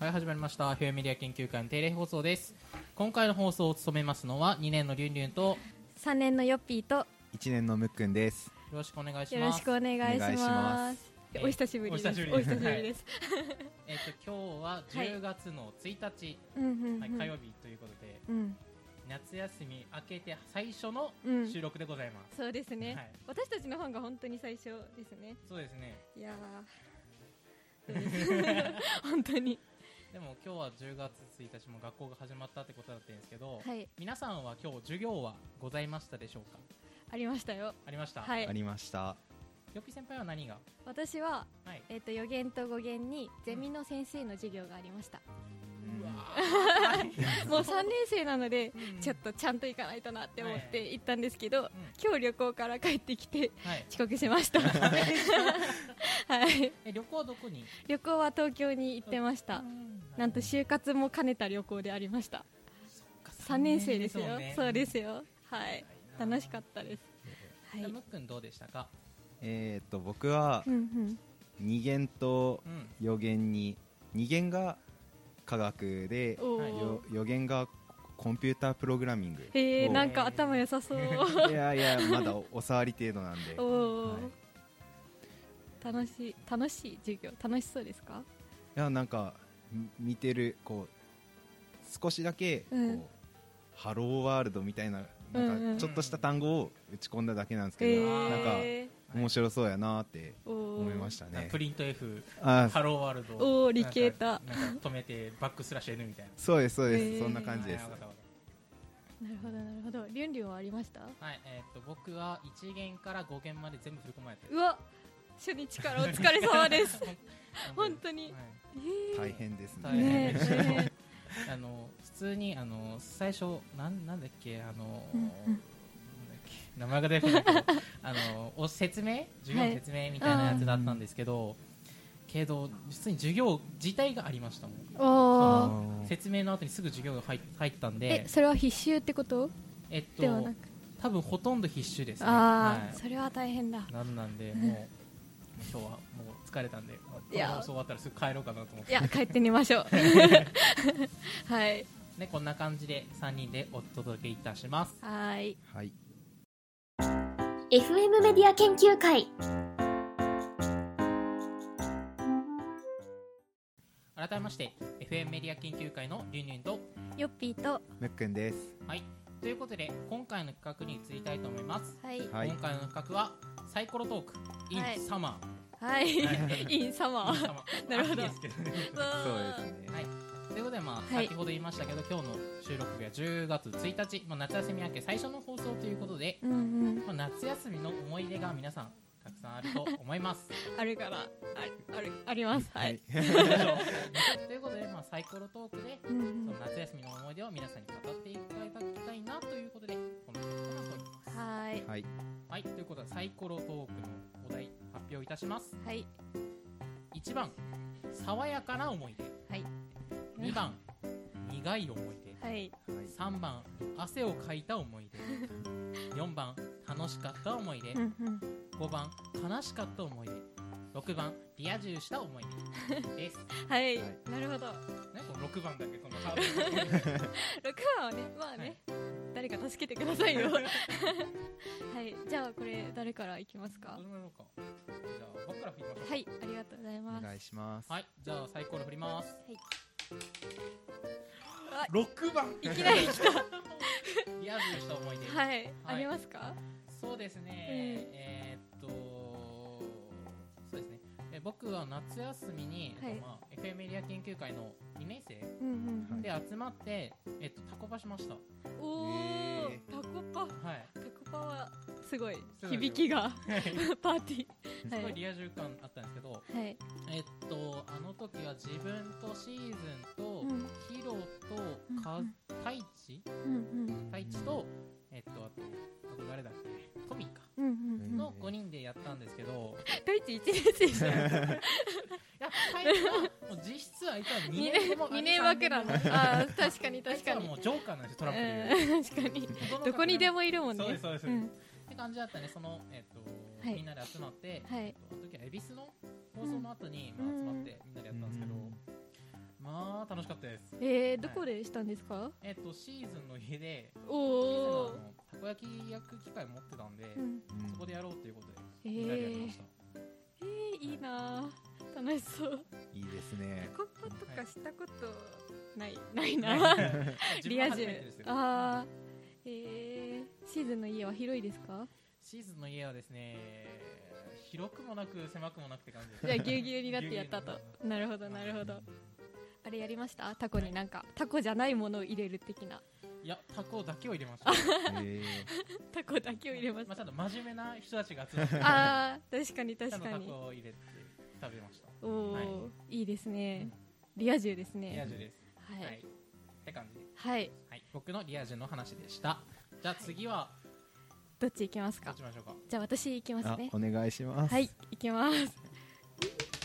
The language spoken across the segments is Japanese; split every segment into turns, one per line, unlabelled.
はい始まりましたフェアメディア研究会の定例放送です今回の放送を務めますのは2年のりゅんりゅんとよ
3年のヨッピーと
一年のむっくんです。
ろしくお願いし
よろ
ま
し
す
くお願いし
お願いし
ま
ますす。
えー
お久しぶりです。
お久しぶりです
です。
えっと今日は10月の1日、
うんうん
はい
うん
火曜日ということで
うん
夏休み明けて最初の
うん
収録でございます、
そうですね、
はい
私たちのファンが本当に最初ですね。
そうですね
いやー。どうです 本当に。
でも今日は10月1日も学校が始まったってことだったんですけど、
はい。
皆さんは今日授業はございましたでしょうか
ありましたよ。
ありました
はい
ありました。
よっぴ先輩は何が
私は、
はい
えっ、と、予言と語源に、ゼミの先生の授業がありました。
うん
もう3年生なので、
うん
ちょっとちゃんと行かないとなって思って行ったんですけど、
うん
今日旅行から帰ってきて、
はい
遅刻し ました。はい。
え旅行はどこに
旅行は東京に行ってました。なんと就活も兼ねた旅行でありました。三年生ですよ。そうです
よ
よ。はい。楽しか
っ
ったです。は
た
い。
むっくんどうでしたか
えーっと僕は
うんうん。
二元と
うん
予言に二元が科学で
お
はい
よ
お。
予言がコンピュータープログラミング。
へえ、
お
なんか頭良さ そう。
いやいやまだおお触り程度なん で。
おお
はい。い
楽しい楽しい授業楽しそうですか？
やなんかみ見てるこう少しだけこう、
うん
ハローワールドみたいな
うんう
なん
ん
かちょっとした単語を打ち込んだだけなんですけど、なんか
へえ。
面白そうやなって
おお。
思いましたね
プ。リント F
あー
ハローワールド
おー理系
なん
だ
かなんか止めてバックスラッシュ N みたいな
そうですそうです、
えー
そんな感じです
はいわかったわかっ
なるほどなるほど。りゅんりゅんはありました？
たはいえーっと僕は1弦から5弦まで全部振り込まれて。
うわ、初日からお疲れ様です
ほん
本当に
はい
へ
大変です
え
大変
ね
ね
え。ね
あの普通にあの最初なんなんだっけあの、
うんうん
なんだっけ名前が出てこないけどあのお説明授業の説明みたいなやつだったんですけど、けど普通に授業自体がありましたもん
え。おお。
あー
説明の後にすぐ授業が入っ入ったんで
え、それは必修ってこと？
えっと
ではなく。
多分ほとんど必修ですね
ああ、
は
それは大変だ。
い、なんなんでもうもう今日はもう疲れたんで
い
この
や
放送終わったらすぐ帰ろうかなと思っ
い
て、
や、帰って寝ましょう。はい。
ね、こんな感じで3人でお届けいたします
はーい。
はい、
FM メディア研究会
改めまして FM メディア研究会のりゅんりゅんと
よっぴーと。
むっくんです
はいということで今回の企画に移りたいと思います、
はい。
はい
今回の企画はサイコロトーク in
はい
summer
はい。イン様。
in summer
なるほど
秋ですけどね
そうです
は
ね
いということでまあ、
はい
先ほど言いましたけど今日の収録日は10月1日、まあ、夏休み明け最初の放送ということで、
うんうん。
まあ、夏休みの思い出が皆さんたくさんあると思います
あるから。あ、ある、あります。はい。
どうでしょうということで、まあ、サイコロトークで
うん
そ
う
の
ん。
夏休みの思い出を皆さんに語っていただきたいなということでこの企画となっております
はい。
はい
はい、ということでサイコロトークのお題発表いたします。
はい。
1番、爽やかな思い出。
はい
2番、苦い思い
はい。
出。3番、汗をかいた思い出。4番、 楽しかった思い出
う。んうん。
5番、悲しかった思い出。6番、リア充した思い 出。です。
はい
は。
なるほど。
ね、この6番だけ、このハードル。
六番はね、まあ
はい
ね。誰か助けてください よ。はい。じゃあ、これ、誰からいきますか
ど。うなのか。じゃあ、僕から振りましょうか。
はい。ありがとうござい
お
ます。
願いします、
はい、じゃあサイコロ振ります。
はい
6番
いきなり来た。
リア充した思い出。
はい。ありますか。
そうですね、
うん
えーっと、そうですね、え僕は夏休みに、
はい
えっとまあ、FM メディア研究会の2年生
うんうん
はい
で集まって、えっと、タコパしました。
おお、
え
タコパ
はい、
タコパはすごい
すごい
響きが パーティー
す
は
ごい
い
リア充感あったんですけど、
はい、
えっと、あの時は自分とシーズンと、
うん
ヒロとか、
うん
太一
うん
太一と、えっと、あと、あと誰だっけ、トミーか。
うんうんうん
の5人でやったんですけ ど、
ドイツ一年生でし
い
た
や、最初は、もう実質あいつは2年でも、
二年枠なのあー確かに
確
確
か
か
に
に
もうジョーカーなんですよトラップでいう
うん確かに
の
どこにで
も
もいるもんね
そうですそうです
ん
って感じだったねその、えっと
はい
みんなで集まって、
はい
えっとあの時は恵比寿の放送の後に、
うん
まあ、集まってみんなでやったんですけど、
うん
ままあ楽しかったです
えー、どこでしたんですか
えっとシーズンの家でシーズン
お
の
お
あ、のたこ焼き焼く機械持ってたんで、
うん、
うん
そこでやろうということで
え
みんなでやり
ー
ました、
えー、いいなー楽しそう
いいです ね
コッパと
は
か
い
したことない、ないな
自分
リ
は
ア
初
充
めてですよ
ああえー、シーズンの家は広いですか
シーズンの家はですね広くもなく狭くもなくって感じです
じゃあぎゅうぎゅうになってやった
ぎ
と
ゅうぎゅう
なるほどなるほどあれやりましたタコになんかタコじゃないものを入れる的ない
やタコだけを入れま した
え
タコだけを入れまし
まあ、
た
ちゃんと真面目な人たちが集まって
あー確か に
ちゃ
確
んと
か
タ
に
コを入れて食べました
おお、
はい
い、いですねリア充ですね
リア充です
はい
は、
はいい、
って感じではい、僕のリア充の話でしたじゃあ次は
どっち行きます
どっ
か
ちましょうか
じゃあ私行きま
ー
す
あ
ね
お願いします
はい行きます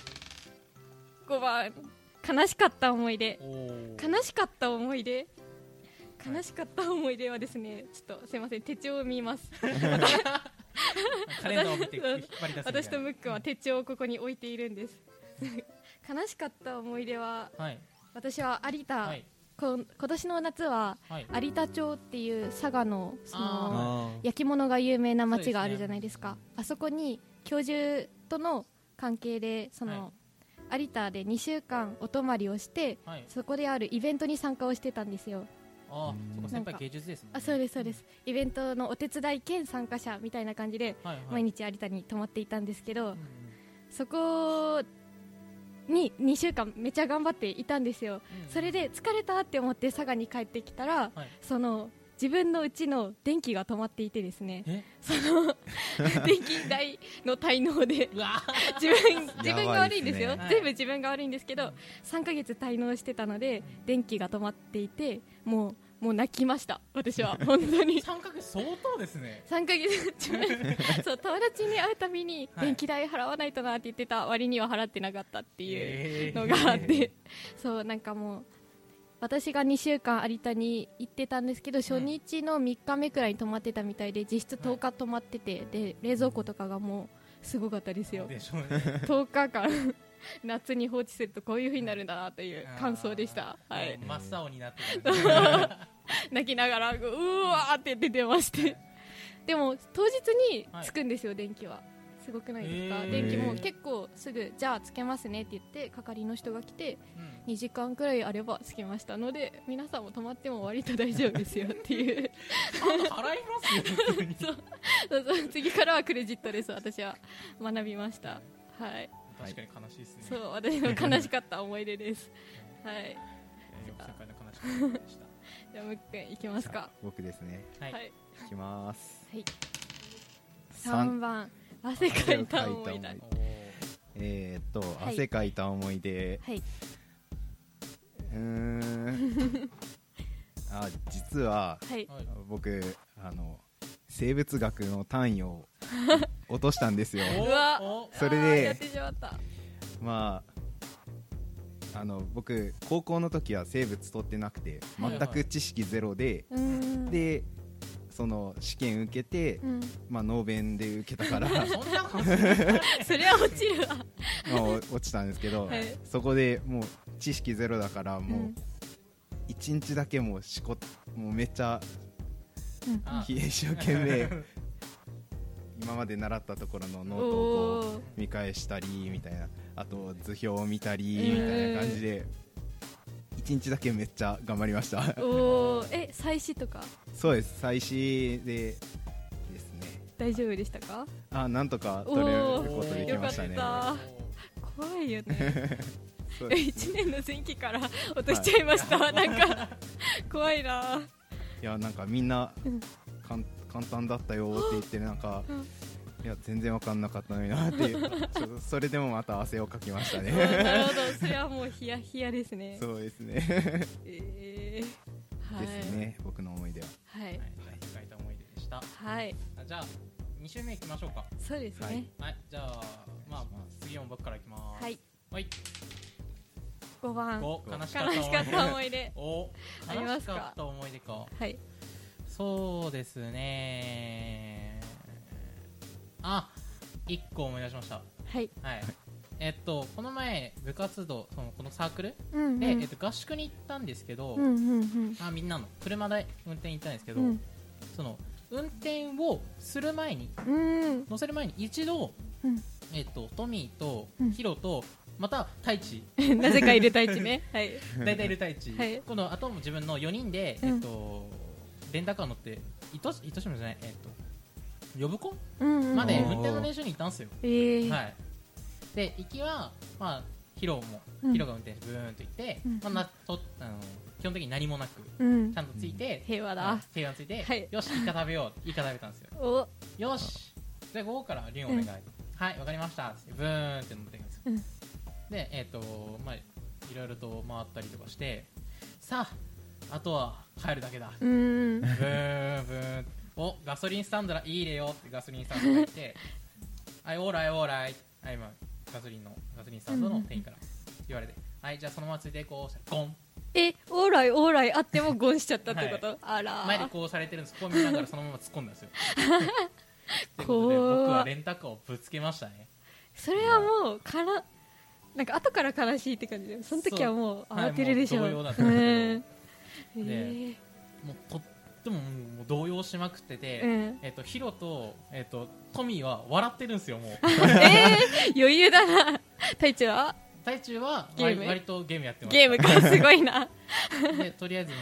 5番悲しかった思い出
おお
悲しかった思い出
はい
悲しかった思い出はですねちょっとすいません手帳を見ます
カレンダーを見て引っ張り出すみたいな
私とムックンは手帳をここに置いているんです悲しかった思い出は
はい
私は有田、
はい
こん今年の夏は
はい
有田町っていう佐賀のその
あ
あー
焼き物が有名な
そう
町
ですね
があるじゃないですかあそこに教授との関係でその、有田で2週間お泊まりをして
はい
そこであるイベントに参加をしてたんですよ
ああ
うん
そこ
な
先
ん
輩
か
芸術ですもんね
あそうですそうですイベントのお手伝い兼参加者みたいな感じで
はいはい
毎日有田に泊まっていたんですけ
う
ど、
ん
そこに2週間めちゃ頑張っていたんですよ、
うん
それで疲れたって思って佐賀に帰ってきたら、
はい
その自分のうちの電気が止まっていてで すね
え
その電気代の滞 納で
うわー
自分自分が悪いんですよ
や
ばいですね
全部自分が悪いんですけど、
うん
3ヶ月滞納してたので電気が止まっていてもうもう泣きました私は本当に
三角相当ですね
3ヶ月 自分そう友達に会うたびに
はい
電気代払わないとなって言ってた割には払ってなかったっていう
え
のがあっ
え
てそうなんかもう私が2週間有田に行ってたんですけど初日の3日目くらいに泊まってたみたいで実質10日泊まっててで冷蔵庫とかがもうすごかったですよ
でしょうね
10日間 夏に放置するとこういう風になるんだなという感想でした、
あー
はい、
もう真っ青になってたね
泣きながらうーわーって出てましてでも当日につくんですよ、電気はすごくないですか、
へー
電気も結構すぐじゃあつけますねって言って係の人が来て
うん
2時間くらいあればつけましたので皆さんも泊まっても割と大丈夫ですよっ ていう
あ払いますよ普通に
そうそう次からはクレジットです私は学びましたはい
確かに悲しいですね
そう私の悲しかった思い出ですはい
えーよく先輩の悲しい話でし
じゃあむっくんいきますか
僕ですね
たはい
はい
いきます
はい
三
3番汗かいた思い出
汗をか
お
い
ー
えーっと
い
汗かいた思い出
はい、
うーん あ実は
はい、
はい
僕あの生物学の単位を落としたんで すよ
お
うわ
お
それで
あーやってしまった
まああの僕高校の時は生物取ってなくて
はい
全く知識ゼロで、
うーん
でその試験受けて、
うん、
まあ、ノーベンで受けたか らまあ
そんなことない
それは落ちるわ
お落ちたんですけど、
はい
そこでもう知識ゼロだから
う
も
ん
う1日だけもうしこもうめっちゃ
うん
あ
一生懸命今まで習ったところのノートをこう
おー
見返したりみたいなあと図表を見たり
え
み
ー
たいな感じで1日だけめっちゃ頑張りました
おーえ祭祀とか
そうです最始でですね
大丈夫でしたか
あなんとか取れることできましたね
おーよかった怖いよね
そうです
1年の前期から落としちゃいました、なんか怖い ない
やなんかみんな
うん
かん簡単だったよって言ってなんか
うん
いや全然わかんなかったのになっていうちょっとそれでもまた汗をかきました
あー
ね
なるほどそれはもうヒヤヒヤですね
そうですね
えー、はい
ですね僕の思い出は
はい
書いた思い出でした
はい
あじゃあ二週目いきましょうか
そうですね、
はい
はいじゃあまあ
お願いします
次も僕からいきます
はい、
はい
5番悲
五悲し
し
かった思い
かった思い出
お
あり
悲
ま
し
すか
かった思い出か
はい
そうですねあ一個思い出しました
はい
はいえっと、この前部活動そのこのサークル
うんうん
で、えっと、合宿に行ったんですけど、
うんうんうん
あみんなの車で運転行ったんですけど、
うん
その運転をする前に
うん
乗せる前に一度、
うん
えっと、トミーと
うん
ヒロと、また太 一
なぜかいる太一ねはい
大体いる太一、
はい
このあとも自分の4人で、えっとレンタカー乗って糸糸島じゃないえっと呼ぶ子
うんうん
まで
あー
運転の練習に行ったんですよ、
ええ
はい、で行きは、まあ、ヒロも、
うん
ヒロが運転してブーンと行って、
うん
まあ、なとあの基本的に何もなく
うん
ちゃんとついて、
平和
あ
だ
提案ついて、
はい
よしイカ食べよ うイカ食べたんですよ
お
よしじゃあ午後からリンお願い、
うん
はいわかりましたっつってブーンって乗っていくんですよ、
うん
でえっ、とまあいろいろと回ったりとかしてさああとは帰るだけだ
うん
ブーンブーンおガソリンスタンドだいいれよってガソリンスタンドが行 って「はいオーライオーライ」はい今ガソリンのガソリンスタンドの店員から言われて「はいじゃあそのままついていこう」したらゴン
えオーライオーライあってもゴンしちゃったってこと、あらー
前でこうされてるんですこう見ながらそのまま突っ込んだん ですよということで
怖っ
僕はレンタカーをぶつけましたね
それはもうからなんか後から悲しいって感じでその時はもう
そうはい
慌てるでしょ
もう動揺だったんですけど
うん
でもうとってももう動揺しまくってて、
えー
えっとヒロと,、えっとトミーは笑ってるんですよも う
うん えー余裕だな太一は
大中は
ゲーム
割割とゲームやってま
ゲームかすごい な、
すでとりあえず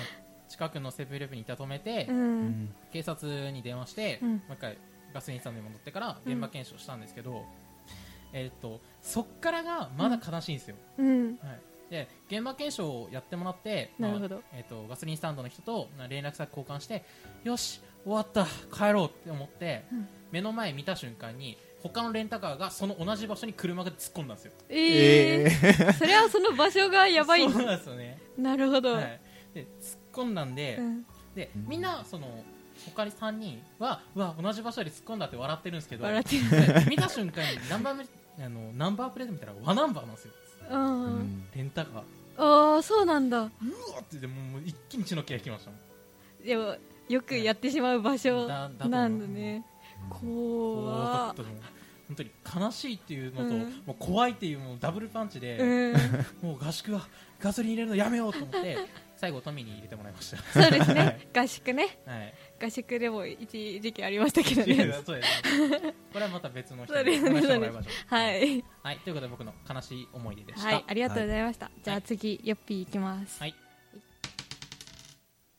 近くのセブンイレブンにいたとめて、
うん、
警察に電話して、
うん
もう一回ガソリンスタンドに戻ってから現場検証したんですけど、えっとそっからがまだ悲しいんですよ、
うん
はい、で現場検証をやってもらって
なるほど
まあえっとガソリンスタンドの人とまあ連絡先交換してよし終わった帰ろうって思って、
うん
目の前見た瞬間に他のレンタカーがその同じ場所に車が突っ込んだんですよ
えー
ええ
それはその場所がやばい
そうなんですよね、
なるほど、
はい、で突っ込んだんで、
うん
で
うん
みんなその他に3人はうわ同じ場所で突っ込んだって笑ってるんですけど
笑ってる
で見た瞬間にナンバーめあのナンバープレート見たら和ナンバーなんですよ
うん、
うん
レンタカー
ああそうなんだ
うわってでもうもう一気に血の気が引きましたもん
でもよくやってしまう場所
だだと思う
なんだね
怖か
怖
ったもん本当に悲しいっていうのと、
うん
もう怖いっていうもうダブルパンチ
ー
で、
うん
もう合宿はガソリン入れるのやめようと思 って最後トミーに入れてもらいまし
そうですね 合宿ね
たはい
合宿でも一時期ありましたけど
そうで
ね
すねこれはまた別の人
そうで
に
すね
話してもらいましょう
はい、
はい、ということで僕の悲しい思い出でした
はい、ありがとうございました、じゃあ次ヨッピーいきます、
はい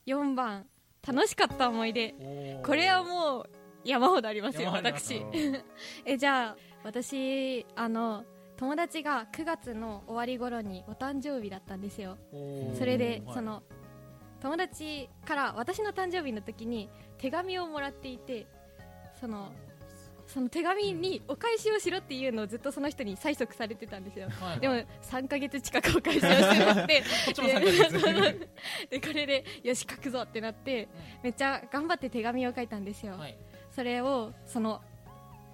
4番楽しかった思い出これはもう山ほどありますよ
山ほどあります
私えじゃあ私あの友達が9月の終わり頃にお誕生日だったんですよ
おー
それで
はい
その友達から私の誕生日の時に手紙をもらっていてそのその手紙にお返しをしろっていうのをずっとその人に催促されてたん ですよ
はい
でも3ヶ月近くお返しをしてな くて
こっちも参加です
でこれでよし書くぞってなってめっちゃ頑張って手紙を書いたんですよ、
はい
それをその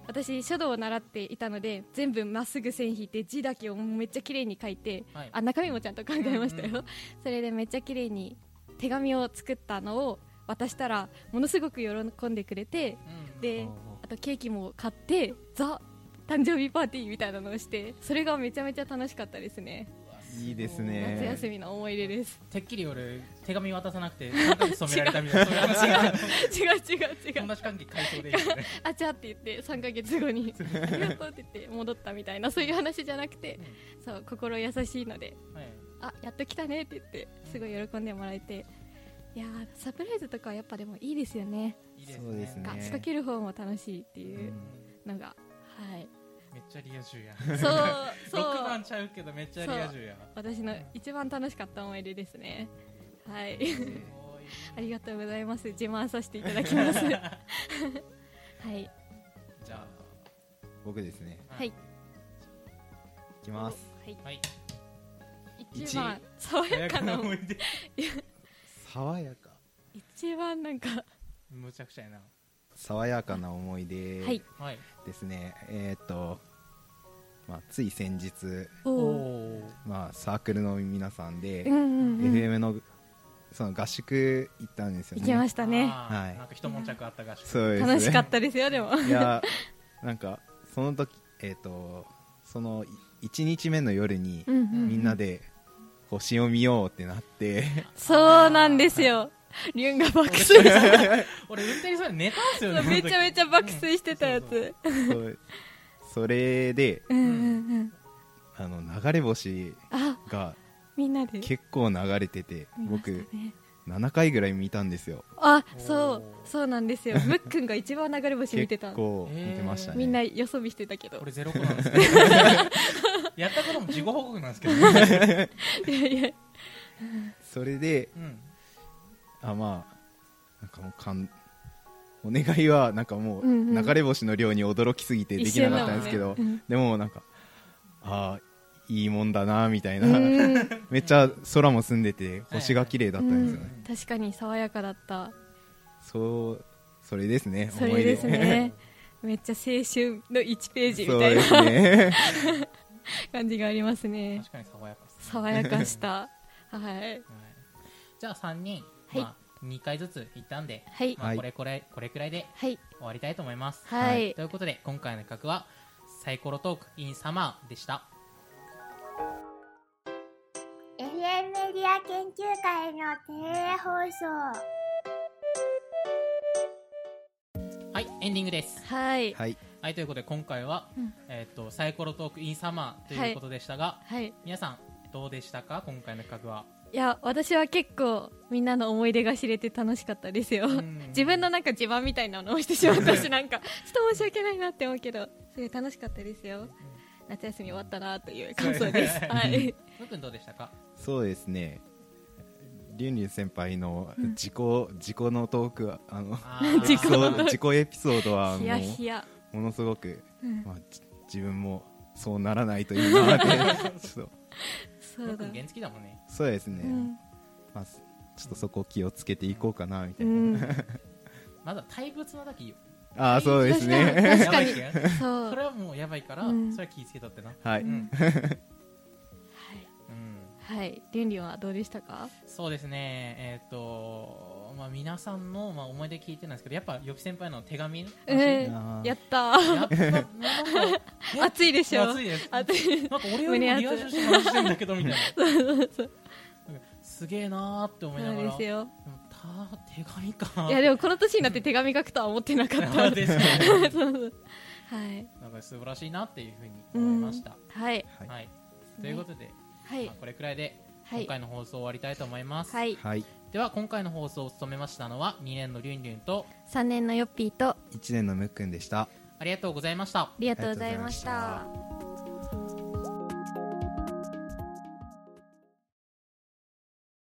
私書道を習っていたので全部まっすぐ線引いて字だけをめっちゃ綺麗に書いて
はい
あ中身もちゃんと考えましたよ、
うんうん
それでめっちゃ綺麗に手紙を作ったのを渡したらものすごく喜んでくれて
うん
であとケーキも買ってザ誕生日パーティーみたいなのをしてそれがめちゃめちゃ楽しかったですね、
うわ
いいですね
夏休みの思い出です
てっきり俺手紙渡さなくて三角染められたみ たいなそういう話が
違う違う違
友
う
達関係解消でいいですね
あちゃって言って3ヶ月 後にありがとうって言って戻ったみたいなそういう話じゃなくてそう心優しいので
はい
あやっと来たねって言ってすごい喜んでもらえていやーサプライズとかはやっぱでもいいですよね
いいです
そうですね
が仕掛ける方も楽しいって
う
いうんのが、はい
めっちゃリア充や
そうそう
6番ちゃうけどめっちゃリア充や
私の一番楽しかった思い出ですねはい ありがとうございます自慢させていただきますはい
じゃ
僕ですね
あ
はい
いきます
はい
はい
一番爽やかな
思い出
爽やか
一番なんか
むちゃくちゃやな
爽やかな思い出
はい
はい
ですね、えーっと、まあ、つい先日、
おお
お
まあ、サークルの皆さんで、
うんうんうん
FM のその合宿行ったんですよね
行きましたね
はい
なんか一悶着あった合宿
そうですね
楽しかったですよでも
いやなんかその時えっ、とその1日目の夜に
うんうん
みんなで星を見ようってな って、
そうなんですよリュンが爆睡してた
俺運転にそれ寝たんすよね
めちゃめちゃ爆睡してたや
うんそう
つ
そうそれで
うんうん
あの流れ星
うんあ
が
みんなで
結構流れてて
見ました
僕
ね
7回ぐらい見たんですよ
あ
おー
そうそうなんですよムックンが一番流れ星見て
結
た
構見てましたね、
みんなよそ見してたけど
俺ゼロ個なんですけ どやったことも自己報告なんですけど、ね、
いやいや
それで
うん
あまあなんかもうかんお願いはなんかもう
うんうん
流れ星の量に驚きすぎてできなかったんですけど、
一瞬だもんね
でもなんかああいいもんだなみたいうな、
ん
めっちゃ空も澄んでて星が綺麗だったんですよね、
うん
確かに爽やかだった
そうそれですね
それです
思い 出
ねめっちゃ青春の1ページみ
そう
たい
で
な
すね
感じがありますね
確かに爽やかです
爽やかしたはい
はいじゃあ3人、
はい
まあ、2回ずつ行ったんで、
はい
ま
は
あ、
い
これこれこれくらいで
はい
終わりたいと思います、
は
はい
い
ということで今回の企画はサイコロトーク in サマーでした
FM メディア研究会の定例放送
はいエンディングです
はい
はい
はいということで今回は、
うん
えー、とサイコロトーク in サマーということでしたが、
はい
皆さんどうでしたか今回の企画は、
いや私は結構みんなの思い出が知れて楽しかったですよ
ん
自分のなんか自慢みたいなのをしてしまったしなんかちょっと申し訳ないなって思うけどすごい楽しかったですよ夏休み終わったなという感想ですはい
むっくんどうでしたか
そうですねりゅんりゅん先輩の
うん
自己、自己のトークはあの
あ
ー 自己
そう自己エピソードはも
ヒヤヒ
う
ヤ
ものすごく、
うん
まあ、じ自分もそうならないといいなってちょっと
そうだ
ん原付だもんね
そうですね、
うん
まあ、すちょっとそこ気をつけていこうかなみた
う
いな、
ん
まずは大仏の時
ああそうですね
確かに
やばいけど
そ
そうれはもうやばいから、
うん
それは気ぃつけたってな
は
う
い、
ん、
は
うん
いはいりゅんりゅんはどうでしたか
そうですね、えっ、と、まあ、皆さんの、まあ、思い出聞いてなんですけど、やっぱ、予期先輩の手紙の話、
え
あー
やったー
やっぱ、なんか、え
暑いでしょ
暑いです。なんか、
暑い
俺よりもリアルして話してんだけど、みたいな。なんかすげえなーって思いな
そう
が
で
ら、
すよ
でもた手紙か。
い やでもこの年になって手紙書くとは思ってなかった
で
そ
す
う
ね
そうはい
なんか素晴らしいなっていうふうに
う
思い
ん
ました。
はい
はい
はい、ということで、
はい
まあ、これくらいで、
は
今
い
回の放送を終わりたいと思います。
はい
はい、
では、今回の放送を務めましたのは、2年のりゅんりゅんと、
3年のヨッピーとあ
1年のむっくんでした
ありがとうございました。
りがとうございました
ありがとうございました